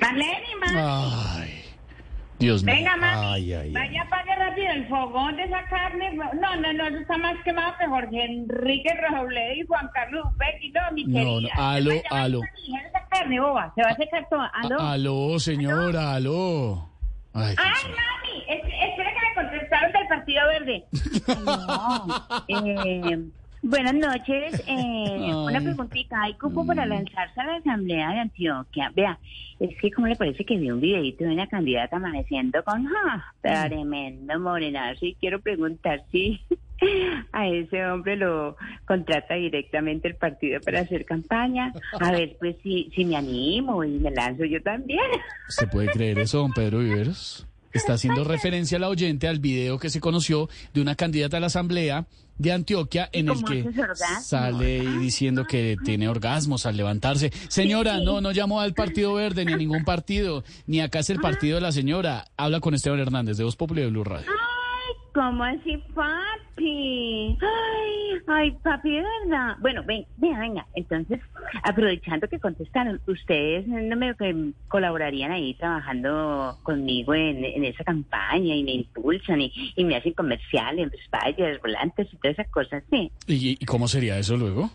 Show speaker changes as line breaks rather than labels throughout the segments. Marlene,
Ah,
mami.
Ay, Dios mío.
Venga, mami.
Ay, ay, ay.
Vaya, apague rápido el fogón de esa carne. No, no, no, eso está más quemado que Jorge Enrique Rojobledo y Juan Carlos Upequi. No, mi
No,
querida.
no, aló,
Vaya, vaya,
aló. Ah,
vaya, Esa carne, boba. Se va a secar toda. Aló.
A- aló, señora, aló. Ay, qué
Ay,
cosa.
mami, es- espera que me contestaron del Partido Verde. No, eh, buenas noches. eh, una
Ay. Mm.
preguntita. ¿Hay cupo para lanzarse a la Asamblea de Antioquia? Vea, es que como le parece que vi un videito de una candidata amaneciendo con ¡ah! tremendo morenazo y quiero preguntar si a ese hombre lo contrata directamente el partido para hacer campaña. A ver, pues si, si me animo y me lanzo yo también.
¿Se puede creer eso, don Pedro Viveros? Está haciendo referencia la oyente al video que se conoció de una candidata a la asamblea de Antioquia en el
cómo
que
haces orgasmo? Ah.
sale y diciendo que tiene orgasmos al levantarse. Señora, no, no llamó al Partido Verde ni a ningún partido, ni acá es el partido de la señora. Habla con Esteban Hernández de Voz Popular de Blue Radio.
Ay, ¿cómo así, papi? Ay, ay, papi, de verdad. Bueno, ven, venga, venga. Entonces, aprovechando que contestaron, ¿ustedes no me em, colaborarían ahí trabajando conmigo en, en esa campaña y me impulsan y, y me hacen comerciales, vallas, volantes y todas esas cosas? Sí.
¿Y, y cómo sería eso luego?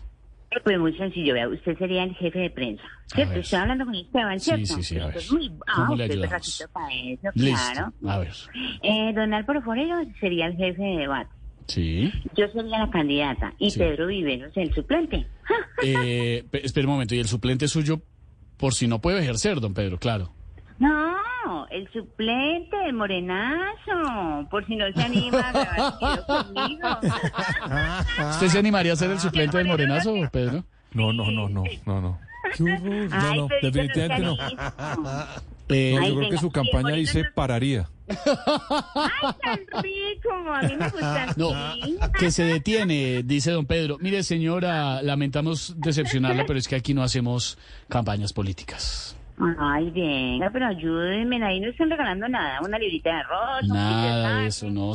Eh, Pues muy sencillo, vea, usted sería el jefe de prensa, ¿cierto?
ver.
Estoy hablando con Esteban,
Sí,
¿cierto?
sí, sí, a ver.
Pues muy- ah,
¿Cómo
usted
le
es
ayudamos?
racito para eso, claro.
Listo. A ver.
Eh, don Álvaro Forero sería el jefe de debate.
Sí.
Yo sería la candidata y
Sí.
Pedro Viveros el suplente. ¡Ja!
Eh, pe- espera un momento. ¿Y el suplente suyo, por si no puede ejercer, don Pedro? Claro.
No, el suplente, el morenazo, por si no se anima a grabar conmigo.
¿Usted se animaría a ser el suplente del morenazo, don Pedro?
No, no, no, no, no, no.
Qué horror. No,
Ay,
no,
Pedrito,
definitivamente no.
está listo.
Eh,
No,
Ay,
yo creo
venga,
que su
sí,
campaña ahí
ahorita
se
no-
pararía.
Ay, tan rico, a mí me gusta
No,
así.
que se detiene, dice don Pedro. Mire, señora, lamentamos decepcionarla, pero es que aquí no hacemos campañas políticas.
Ay, venga, pero ayúdenme, ahí no están regalando nada, una librita de arroz. un kilo
Nada
carne,
de eso, no,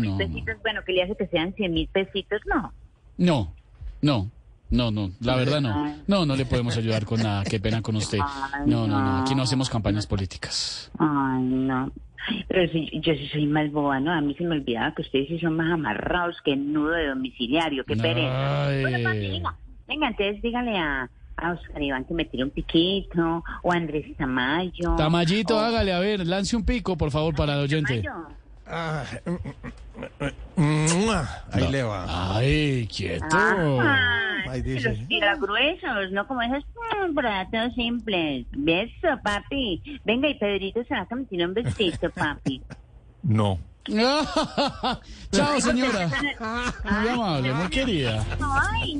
50 mil
no.
pesitos, bueno, ¿qué le hace que sean 100 mil pesitos? No.
No, no, no, no, la verdad no. No, no le podemos ayudar con nada, qué pena con usted. No, no, no, aquí no hacemos campañas políticas.
Ay, no. Pero si, yo sí soy más boba, ¿no? A mí se me olvidaba que ustedes sí son más amarrados que nudo de domiciliario. Qué pereza. Bueno, papi,
Ay,
venga, venga, entonces dígale a, a Oscar Iván que me tire un piquito, o a Andrés Tamayo.
Tamayito,
o-
hágale, a ver, lance un pico, por favor, para el oyente.
Tamayo.
Ah, Mua. Ahí le va.
Ay, quieto.
Ajá.
Ahí
Y
dice.
los- Y los gruesos, no como esos mm, brazos simples. Beso, papi. Venga, y Pedrito se va a un besito, papi.
No.
Chao, señora. Muy amable, muy querida.
Ay,